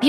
美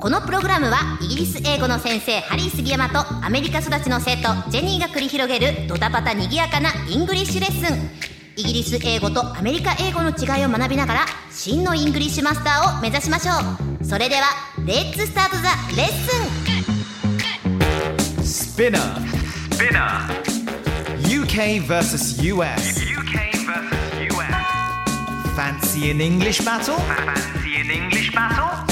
このプログラムはイギリス英語の先生ハリー杉山とアメリカ育ちの生徒ジェニーが繰り広げるドタパタにぎやかなイングリッシュレッスンイギリス英語とアメリカ英語の違いを学びながら真のイングリッシュマスターを目指しましょうそれではレッツスタートザレッスン Spinner. Spinner. UK versus US. UK versus US. Fancy an English battle? Fancy an English battle?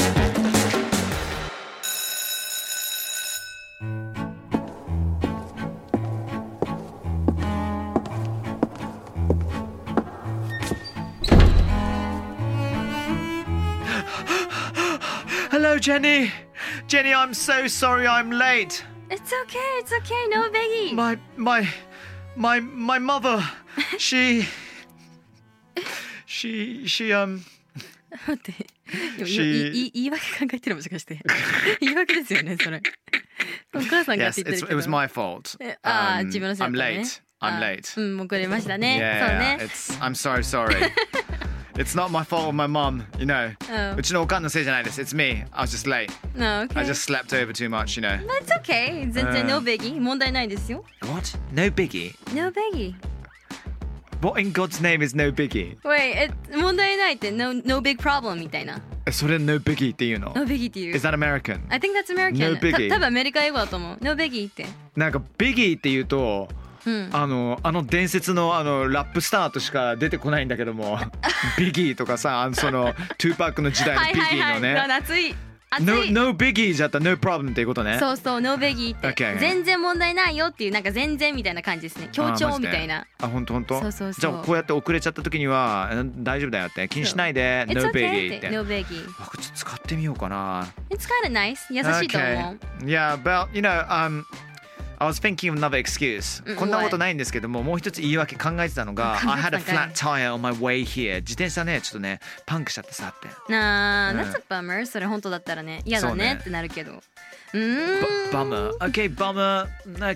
Hello, Jenny. Jenny, I'm so sorry I'm late. It's okay, it's okay, no biggie. My my my my mother. She she she um 待って、でもい She- いい言い訳考えてるもし かして。言い訳ですよね、それ。お母さんがっ yes, て言っ it's, it てるけど。 was my fault. えああ、 Um, 自分のせい I'm だったね。 late. I'm あ late. うん、もう遅れましたね。 it's I'm so sorry. it's not my fault or my mum, you know. そうね。うんうちのおかんのせいじゃないです。It's me. I was just late. No, okay. I just slept over too much, you know. It's okay. 全然 no biggie. 問題ないですよ。 What? No biggie. No biggie. What in God's name is no biggie? Wait, it- 問題ないって no, no big problem みたいな。えそれ no biggie っていうの No biggie っていう Is。that American? I think that's American. No biggie た多分アメリカ英語だと思う。No biggie って。なんか biggie っていうとうん。あのあの伝説のあのラップスターとしか出てこないんだけど も biggie とかさあのそのトゥーパックの時代のはいはい biggie はい。のうわね熱い。熱い。 No, no biggie じゃった no problem っていうことねそうそう、ノーベギーって、 Okay. 全然問題ないよっていうなんか全然みたいな感じですね。強調みたいな。あ本当本当そうそうそうじゃあこうやって遅れちゃった時にはうん大丈夫だよって気にしないで It's no okay biggie っ。ってて No biggie. 僕ちょっと使ってみようかな It's kind of nice. 優しいと思う。 Okay. Yeah, but you know, um, I was thinking of another excuse. うんこんなことないんですけども、もう一つ言い訳考えてたのが、考 I had えてた a んかい flat tire on my way here. 自転車ね、ちょっとね、パンクしちゃってさって。なあ、うん That's a bummer. それ本当だったらね、嫌だそうねねってなるけど。うーん。 Bummer. Okay, bummer.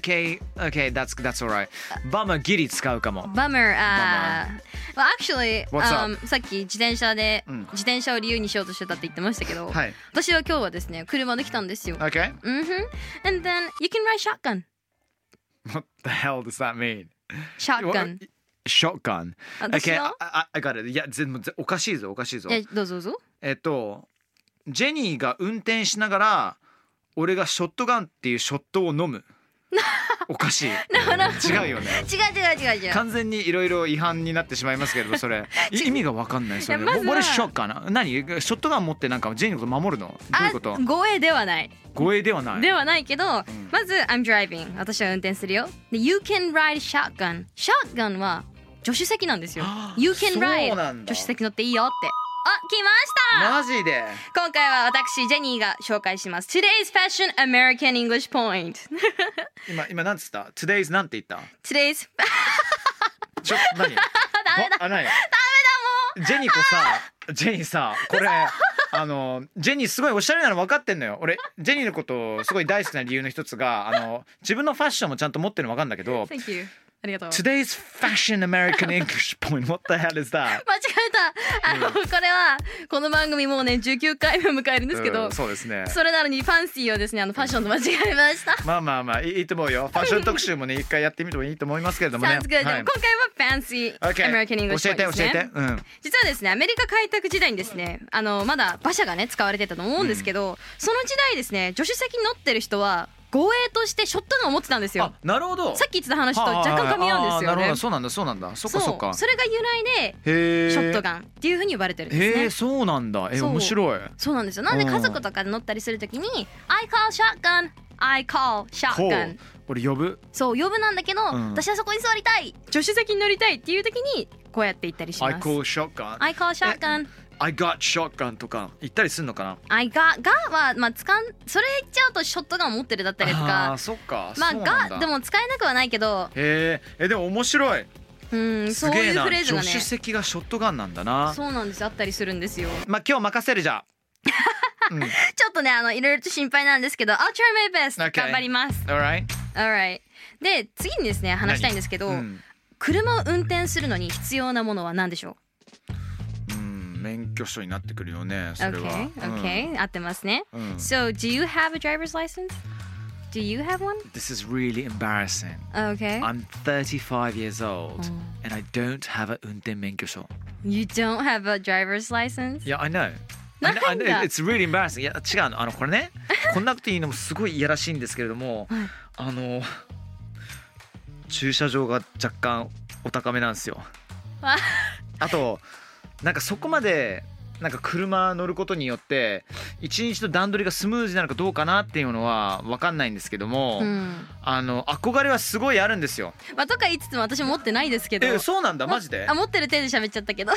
Okay, okay, that's that's alright. Bummer ギリ使うかも。 Bummer. あー well, actually, What's up? um, さっき自転車で、うん自転車を理由にしようとしてたって言ってましたけど、はい。私は今日はですね、車で来たんですよ。 Okay. うんふん。And then you can ride shotgun. What the hell does that mean? Shotgun. Shotgun. 私 Okay, の I, I got it. いや、全部おかしいぞ、おかしいぞ。え、どうぞどうぞ。えっとジェニーが運転しながら俺がショットガンっていうショットを飲 むおかしい違うよね違う違う違う違う。完全にいろいろ違反になってしまいますけれどもそ れい意味が分かんないそれいやまずは What is shotgun? 何ショットガン持ってなんかジェニーのこと守るのどういうことあ護衛ではない、護衛ではないではないけど、まず I'm driving 私は運転するよで You can ride shotgun shotgun は助手席なんですよあ You can そ ride うなんだ助手席乗っていいよってあ来ましたマジで今回は私ジェニーが紹介します Today's Fashion American English Point 今今なんつった ?Today's なんて言った Today's ちょっ と何ダメだあ何ダメだもうジェニーこさジェニーさこれあのジェニーすごいおしゃれなの分かってんのよ俺ジェニーのことをすごい大好きな理由の一つがあの自分のファッションもちゃんと持ってるの分かるんだけど Thank you ありがとう Today's fashion American English point what the hell is that 間違えたあの、これはこの番組もうね19回目を迎えるんですけど、うんそうですねそれなのにファンシーをですねあのファッションと間違えましたまあまあまあいいいいと思うよファッション特集もね一回やってみてもいいと思いますけれどもね Sounds good、はでいも今回は Fancy OK American English 教えて教ですねえてうん実はですねアメリカ開拓時代にですねあのまだ馬車がね使われてたと思うんですけど、その時代ですね助手席に乗ってる人は護衛としてショットガンを持ってたんですよなるほどさっき言ってた話と若干噛み合うんではいはいはいすよあーなるほねどそうなんだそうなんだそっかうそっかれが由来へでえショットガンっていうふうに呼ばれてるんですへね、えそうなんだえそう面白いそうなんですよなんで家族とかで乗ったりするときに「I call shotgun」I call こう shotgun 俺呼ぶそう呼ぶなんだけど、ん私はそこに座りたい助手席に乗りたいっていう時にこうやって行ったりし I ます call shotgun I call shotgun I got shotgun とか言ったりするのかな I got がはまあ使んそれ言っちゃうとショットガン持ってるだったりとあーかそっかまそうなあんだがでも使えなくはないけどへーえでも面白いうんすそうげいえうなフレーズ助が手ね席がショットガンなんだなそうなんですあったりするんですよまあ今日任せるじ ゃあうんちょっとねあのいろいろと心配なんですけど I'll try my best、 Okay 頑張ります、 alright alright で次にですね話したいんですけど、うん車を運転するのに必要なものは何でしょうん免許証になってくるよねうそれは ?Okay, okay、合ってますね、うんうん So do you have a driver's license? Do you have one? This is really embarrassing Okay I'm 35 years old and I don't have a 運転免許証 You don't have a driver's license? Yeah, I know. なんだ I know, I know, it's really embarrassing. いや違うのあのこれ ねこんなこと言うのもすごいいやらしいんですけれども、あの駐車場が若干お高めなんですよわ。あとなんかそこまでなんか車乗ることによって一日の段取りがスムーズになるかどうかなっていうのは分かんないんですけども、うんあの憧れはすごいあるんですよ。 まあ、とか言いつつも私持ってないですけどえそうなんだマジであ持ってる手で喋っちゃったけど、あ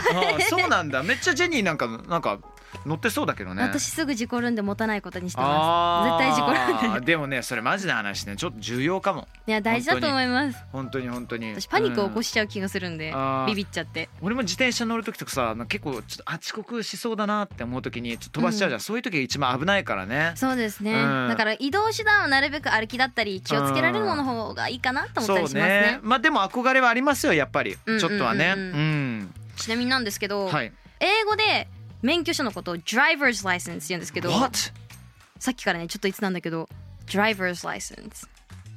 そうなんだめっちゃジェニーなんかなんか乗ってそうだけどね。 私すぐ事故るんで持たないことにしてますあ絶対事故るんで あーでもねそれマジな話ねちょっと重要かもいや大事だと思います本当に本当に私パニックを起こし、しちゃう気がするんで、うんあービビっちゃってうん俺も自転車乗る時とかさなんか結構ちょっとあ遅刻しそうだなって思う時にちょっと飛ばしちゃうじゃん、そういう時が一番危ないからねそうですね、うんだから移動手段はなるべく歩きだったり気をつけられるものの方がいいかなと思ったりしますね,、まあでも憧れはありますよやっぱり、うんちょっとはねううん、うんちなみになんですけど、はい英語で免許証のことを driver's license って言うんですけど What? さっきからねちょっといつなんだけど driver's license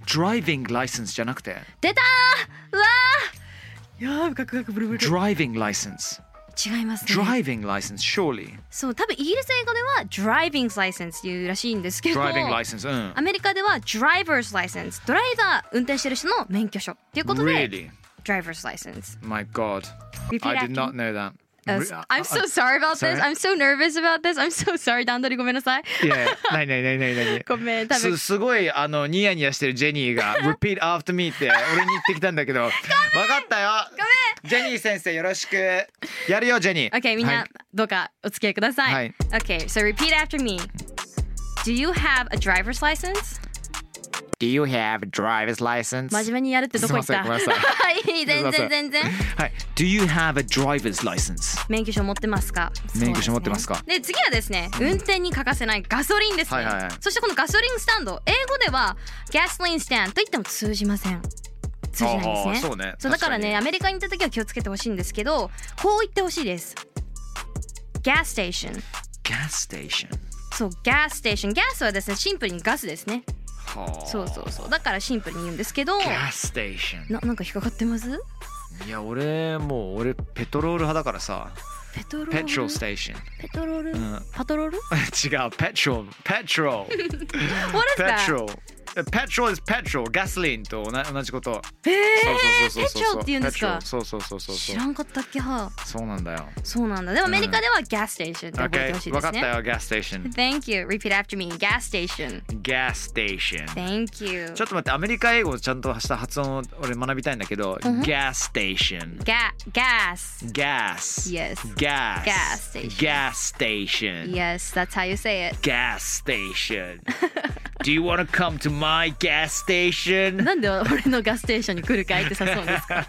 Driving license じゃなくて出たーうわーいやーガクガクブルブ Driving license 違いますね Driving license surely そう多分イギリス英語では driving license っていうらしいんですけど Driving license うんアメリカでは driver's license ドライバー運転してる人の免許証っていうことで、 Really? driver's license My god Repeat I after did not know that Uh, Re- I'm so sorry about sorry. this I'm so nervous about this I'm so sorry 段取りごめんなさいいやいやないないないないないごめん多分すすごいあのニヤニヤしてるジェニーが「Repeat after me」って俺に言ってきたんだけど分かったよジェニー先生よろしくやるよジェニー OK みんな、はいどうかお付き合いください、はい OK so repeat after me Do you have a driver's license? Do you have a driver's license? 真面目にやるってどこ行っすたいませんごめんな いい全すいませ然ん全然はい Do you have a driver's license? 免許証持ってますか免許証持ってますかそうですねで次はですね運転に欠かせないガソリンですね、はいはいはいそしてこのガソリンスタンド英語ではガソリンスタンドと言っても通じません通じないんですあねーそうねそうだからねア確メリカに行った時は気をつけてほしいんですけどこう言ってほしいですガスステーション Gas station そうガスステーションガスはですねシンプルにガスですねはあそうそうそうだからシンプルに言うんですけど Gas station ななんか引っかかってますいや俺もう俺ペトロール派だからさペトロール Petrol station ペトロール、んパ トロール違う Petrol Petrol What is that? Petrol Petrol is petrol ガソリンと同じ同じことええー、ペチョって言うんですかそうそうそうそう知そらうんかったっけはそうなんだよそうなんだでもアメリカでは gas station って覚えてほし OK いでわかすったね、よ gas station Thank you repeat after me gas station gas station Thank you ちょっと待ってアメリカ英語をちゃんとした発音を俺学びたいんだけど gas station ga gas gas Yes gas Gas station gas station Yes that's how you say it gas station Do you want to come to my gas station? なんで俺のガスステーションに来るかいって誘うんです か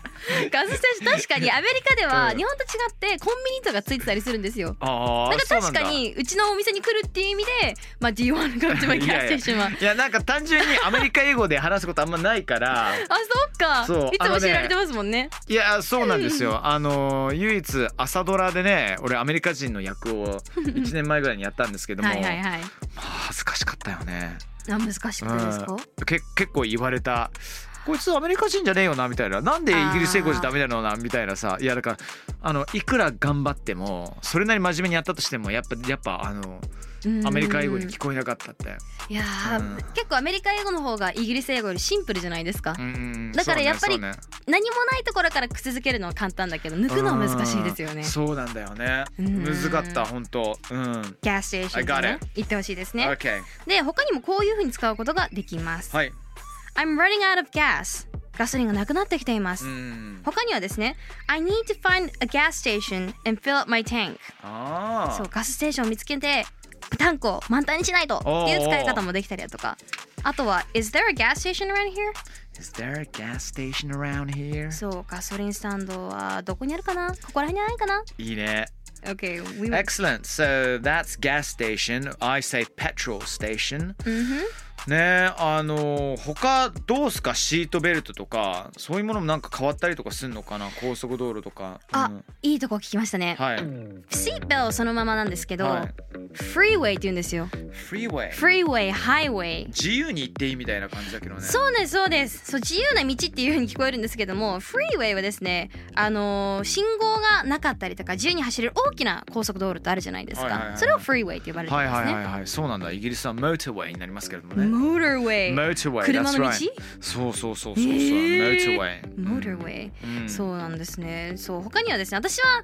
ガスステーション確かにアメリカではうん日本と違ってコンビニとかついてたりするんですよあだあ、かそうらなん確だかにうちのお店に来るっていう意味でまあ Do you want to go to my いや gas いや station はいやなんか単純にアメリカ英語で話すことあんまないからあそっかそういつあのもね教えられてますもんねいやそうなんですよあの唯一朝ドラでね俺アメリカ人の役を1年前ぐらいにやったんですけども はいはいはいまあ恥ずかしかったよね、あ難しくてですうんか、け結構言われたこいつアメリカ人じゃねえよなみたいななんでイギリス英語じゃダメだろうなみたいなさいやだからあのいくら頑張ってもそれなりに真面目にやったとしてもやっぱやっぱあのアメリカ英語に聞こえなかったっていやー、うん結構アメリカ英語の方がイギリス英語よりシンプルじゃないですか、うんうんだからやっぱりそうねそうね何もないところからく続けるのは簡単だけど抜くのは難しいですようねんそうなんだよねうん難かった本当うんギャステーション I ね got 言ってほしいですね OK で他にもこういう風に使うことができます、はい I'm running out of gas ガソリンがなくなってきています、うん他にはですね I need to find a gas station and fill up my tank ああそうガスステーションを見つけてタンクを満タンにしないとっていう使い方もできたりだとかあとは Is there a gas station around here? Is there a gas station around here? そうガソリンスタンドはどこにあるかなここら辺にないかないいね Okay, we will... Excellent. So that's gas station. I say petrol station. うんねえあの他どうすかシートベルトとかそういうものもなんか変わったりとかすんのかな高速道路とか。あうんいいとこ聞きましたね。はい。シートベルトそのままなんですけど、はいフリーウェイって言うんですよ。フリーウェイ。フリーウェイ、ハイウェイ。自由に行っていいみたいな感じだけどね。そうですそうですそう自由な道っていう風に聞こえるんですけどもフリーウェイはですねあのー信号がなかったりとか自由に走れる大きな高速道路ってあるじゃないですはいはいはいはかいそれをフリーウェイって呼ばれてるんはいですはいねはいはい。そうなんだ。イギリスはモーターウェイになりますけれどもね。モーターウモェイーターウェイ。車の道 That's right そうそうそうそうそう。モーターウえェイ。モーターウェイうんそうなんですねそう他にはですね私は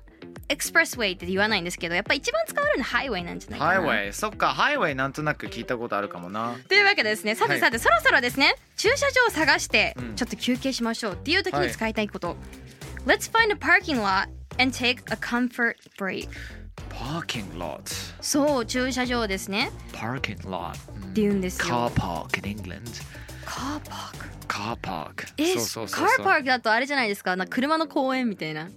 エクスプレスウェイって言わないんですけどやっぱ一番使われるのはハイウェイなんじゃないかなハイウェイ。そっかハイウェイなんとなく聞いたことあるかもな。というわけでですねさてさて、そろそろですね駐車場を探してうんちょっと休憩しましょうっていう時はにい使いたいこと、Let's find a parking lot and take a comfort break パーキングロッそう駐車場をですねト。パーキングロット。って言うんですよ Car park in England. カーパーク Car park. えそうそうそうカそーうパークだとあれじゃないですかなんか車の公園みたいな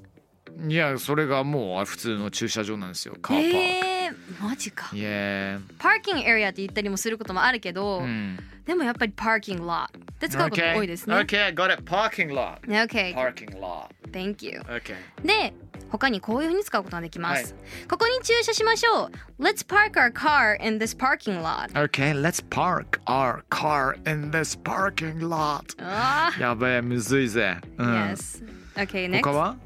いや、それがもう普通の駐車場なんですよ。カーパーえー、マジかク。いや、パーキングエリアって言ったりもすることもあるけど、うん。でもやっぱりパーキングロットって使うこと多いですね Okay, okay, I got it. Parking lot. OK, okay. Parking lot. thank you Okay. で他にこういうふうに使うことができます、ここに駐車しましょう Let's park our car in this parking lot Okay, let's park our car in this parking lot. あやべえ、むずいぜ。うあ、ん。Uh. Yes Okay 他 next は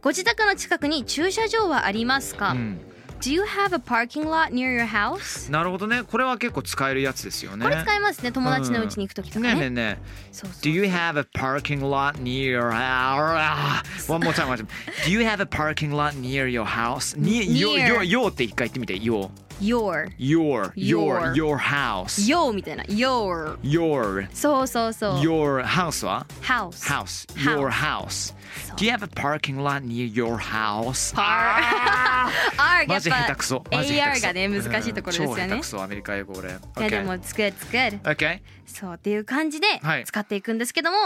ご自宅の近くに駐車場はありますか、うん。 Do you have a parking lot near your house? なるほどね。これは結構使えるやつですよね。これ使いますね友達の家に行くときとかねえね、ねえねえ。そうそ Do う you have a parking lot near our One more time, one more time. Do you have a parking lot near your house? Near, Near. your, your, your って一回言ってみて。Your. Your Your. Your. Your. Your house. Yo みたいな Your Oh. Your. そうそうそう Your house は House House. House. Your house. Do you have a parking lot near your house? R がやマっジ下手ぱくそ。マジ下手く AR そがね難しいところですようん超下手ねくそ、アメリカ英語俺。いやでも Okay. It's good it's good Okay. そうっていう感じではい使っていくんですけども、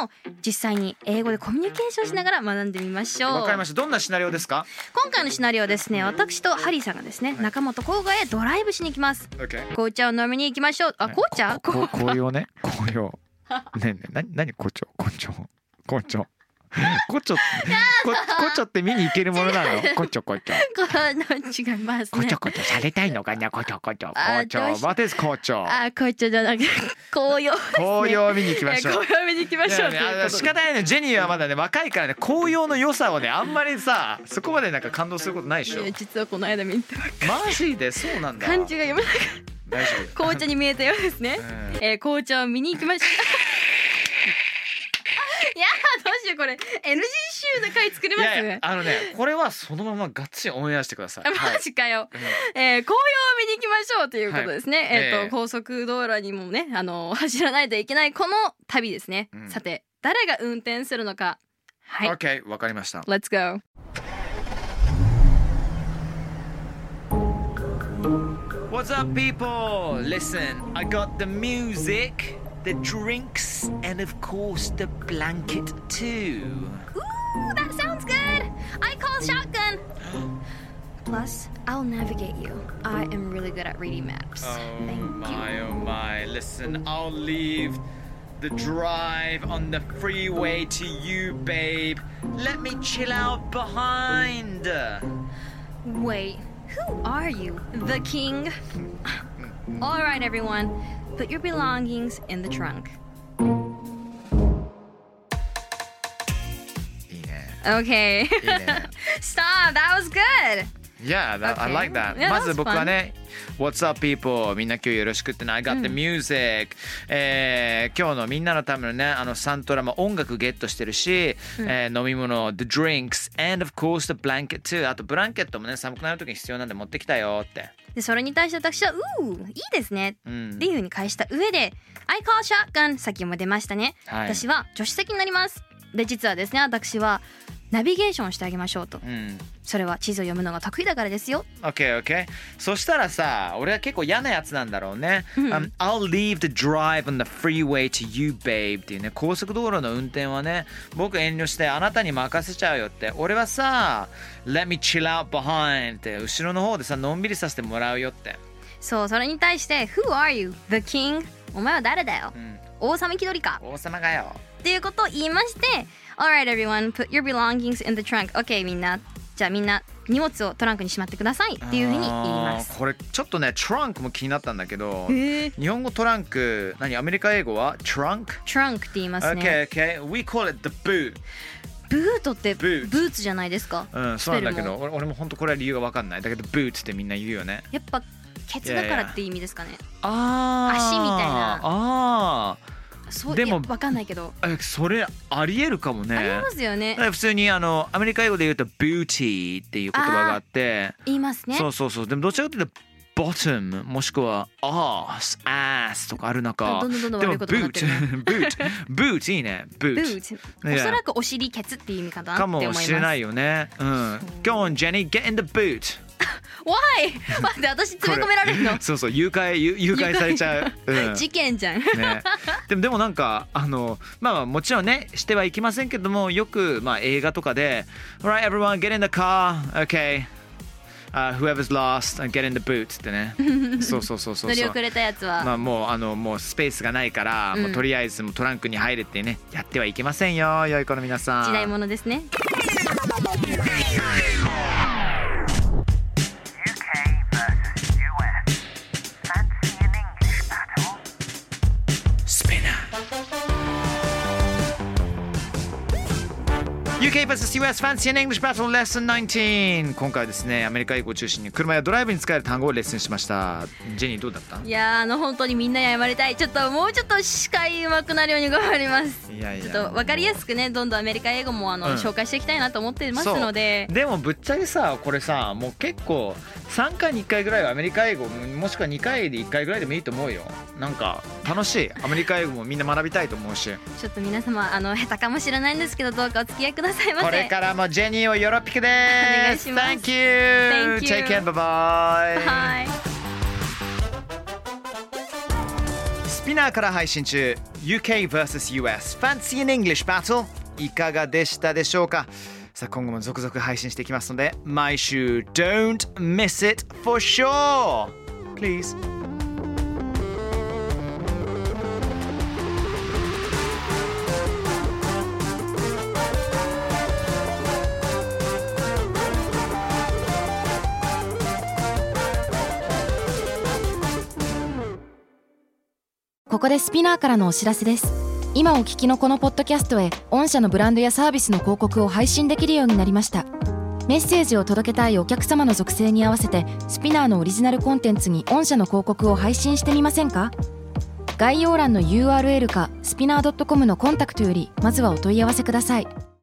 実際に英語でコミュニケーションしながら学んでみましょうわかりました。どんなシナリオですか今回のシナリオはですね私とハリーさんがですね、中本郊外へドライブしに行きます ?Okay. 紅茶を飲みに行きましょうあ紅茶こ紅紅葉ね紅葉ねえねえな何紅茶紅茶紅茶紅茶こ紅茶って見に行けるものなの紅茶紅茶茶違います紅ね茶紅茶されたいのかな紅茶紅茶紅あどう茶しまです紅茶あ紅茶じゃなくて紅葉紅葉を見に行きまえしょう紅葉見に行きまいしょやうとねいうことあでの仕方ないねジェニーはまだね若いからね紅葉の良さをねあんまりさそこまでなんか感動することないでしょいや実はこの間見たばっかマジでそうなんだ漢字が読めなかっ大丈た夫紅茶に見えたようで すね、うんえー、紅茶を見に行きました いやーどうしようこれ NG 集の回作れいますやいやあのねこれはそのままがっつりオンエアしてくだ さいマジかよ、うんえー紅葉を見に行きましょうということですね、えっ、ええと高速道路にもねあの走らないといけないこの旅ですね、うんさて誰が運転するのかはい、 OK わかりました Let's go What's up, people? Listen, I got the music, the drinks, and of course the blanket too. Ooh, that sounds good I call shotgun Plus, I'll navigate you. I am really good at reading maps. Oh my, oh my. Listen, I'll leave the drive on the freeway to you, babe. Let me chill out behind. Wait, who are you? The king? All right, everyone, put your belongings in the trunk. いいね。 Okay. いいね。 Stop. That was good. Yeah, that, I Okay. like that. Yeah, まず that's 僕はね、What's up, people? みんな今日よろしくってね、I got the music、えー今日のみんなのためのね、あのサントラも音楽ゲットしてるし、えー飲み物、the drinks, and of course the blanket too. あとブランケットもね、寒くなるときに必要なんで持ってきたよって。でそれに対して私は「うーいいですね」うんっていうふうに返した上で「I call shotgun」さっきも出ましたね、はい私は助手席になりますで実はですね私はナビゲーションしてあげましょうとうん。それは地図を読むのが得意だからですよ OK, OK. そしたらさ、俺は結構嫌なやつなんだろうね。うん Um, I'll leave the drive on the freeway to you, babe っていうね、高速道路の運転はね、僕遠慮してあなたに任せちゃうよって。俺はさ、Let me chill out behind って、後ろの方でさ、のんびりさせてもらうよって。そうそれに対して「Who are you? The king? お前は誰だよ、うん、王様気取りか王様がよ。っていうことを言いまして「Alright everyone put your belongings in the trunk OK みんなじゃあみんな荷物をトランクにしまってください」っていうふうに言いますあーこれちょっとね、トランクも気になったんだけど、へえ日本語トランク、何アメリカ英語はトランクトランクって言いますね、 ?OK, OK. We call it the boot. ブートってブブーーツツじゃないですか、うん、そうなんだけスペルど、も俺俺も本当これは理由がわかんない。だけど、ブーツってみんな言うよね。やっぱケツだからって意味ですかねあー足みたいなあそうででももわかんないけど、あ、えそれありえるかもね。ありますよね普通にあのアメリカ英語で言うと、ビューティーっていう言葉があって、言いますねそうそうそう。でもどちらかというと、ボトムもしくはアース、アースとかある中ど。んどんどんどんで悪もいブことになってるねーブーツ、 ブーツいいね、ブブーツ。ーツねおそらくお尻ケツっていう意味かなってか思いもますしれないよね。うん。Go on, Jenny, get in the boot. Why? 待って私詰め込められるのこそうそう、誘拐、誘誘拐されちゃう。うん事件じゃんね、でもでもなんかあのまあまあもちろんねしてはいけませんけどもよくまあ映画とかで「Alright everyone get in the car okay、uh, whoever's lost get in the boot」って ねそうそうそうそう乗りそ遅うれたやつは、まあもうあのもうスペースがないから、もうとりあえずもうトランクに入れってねやってはいけませんよ良い子の皆さん時代物ですね UK versus US. Fancy an English battle? スピナー UK vs US Fancy and English Battle Lesson 19今回はですねアメリカ英語を中心に車やドライブに使える単語をレッスンしましたジェニーどうだったいやーあの本当にみんなに謝りたいちょっともうちょっと視界上手くなるように頑張りますいやいやちょっと分かりやすくねどんどんアメリカ英語もあの、うん紹介していきたいなと思ってますのでそうでもぶっちゃけさこれさもう結構3回に1回ぐらいはアメリカ英語もしくは2回で1回ぐらいでもいいと思うよなんか楽しいアメリカ英語もみんな学びたいと思うしちょっと皆様あの下手かもしれないんですけどどうかお付き合いくださいませこれからもジェニーをよろぴくですお願いしま Thank す you! Thank you. Take care! Bye bye! はいスピナーから配信中 UK vs.US Fancy in English Battle いかがでしたでしょうかさあ今後も続々配信していきますので毎週 Don't miss it for sure! Please! ここでスピナーからのお知らせです今お聞きのこのポッドキャストへ御社のブランドやサービスの広告を配信できるようになりましたメッセージを届けたいお客様の属性に合わせてスピナーのオリジナルコンテンツに御社の広告を配信してみませんか概要欄の URL かスピナー .com のコンタクトよりまずはお問い合わせください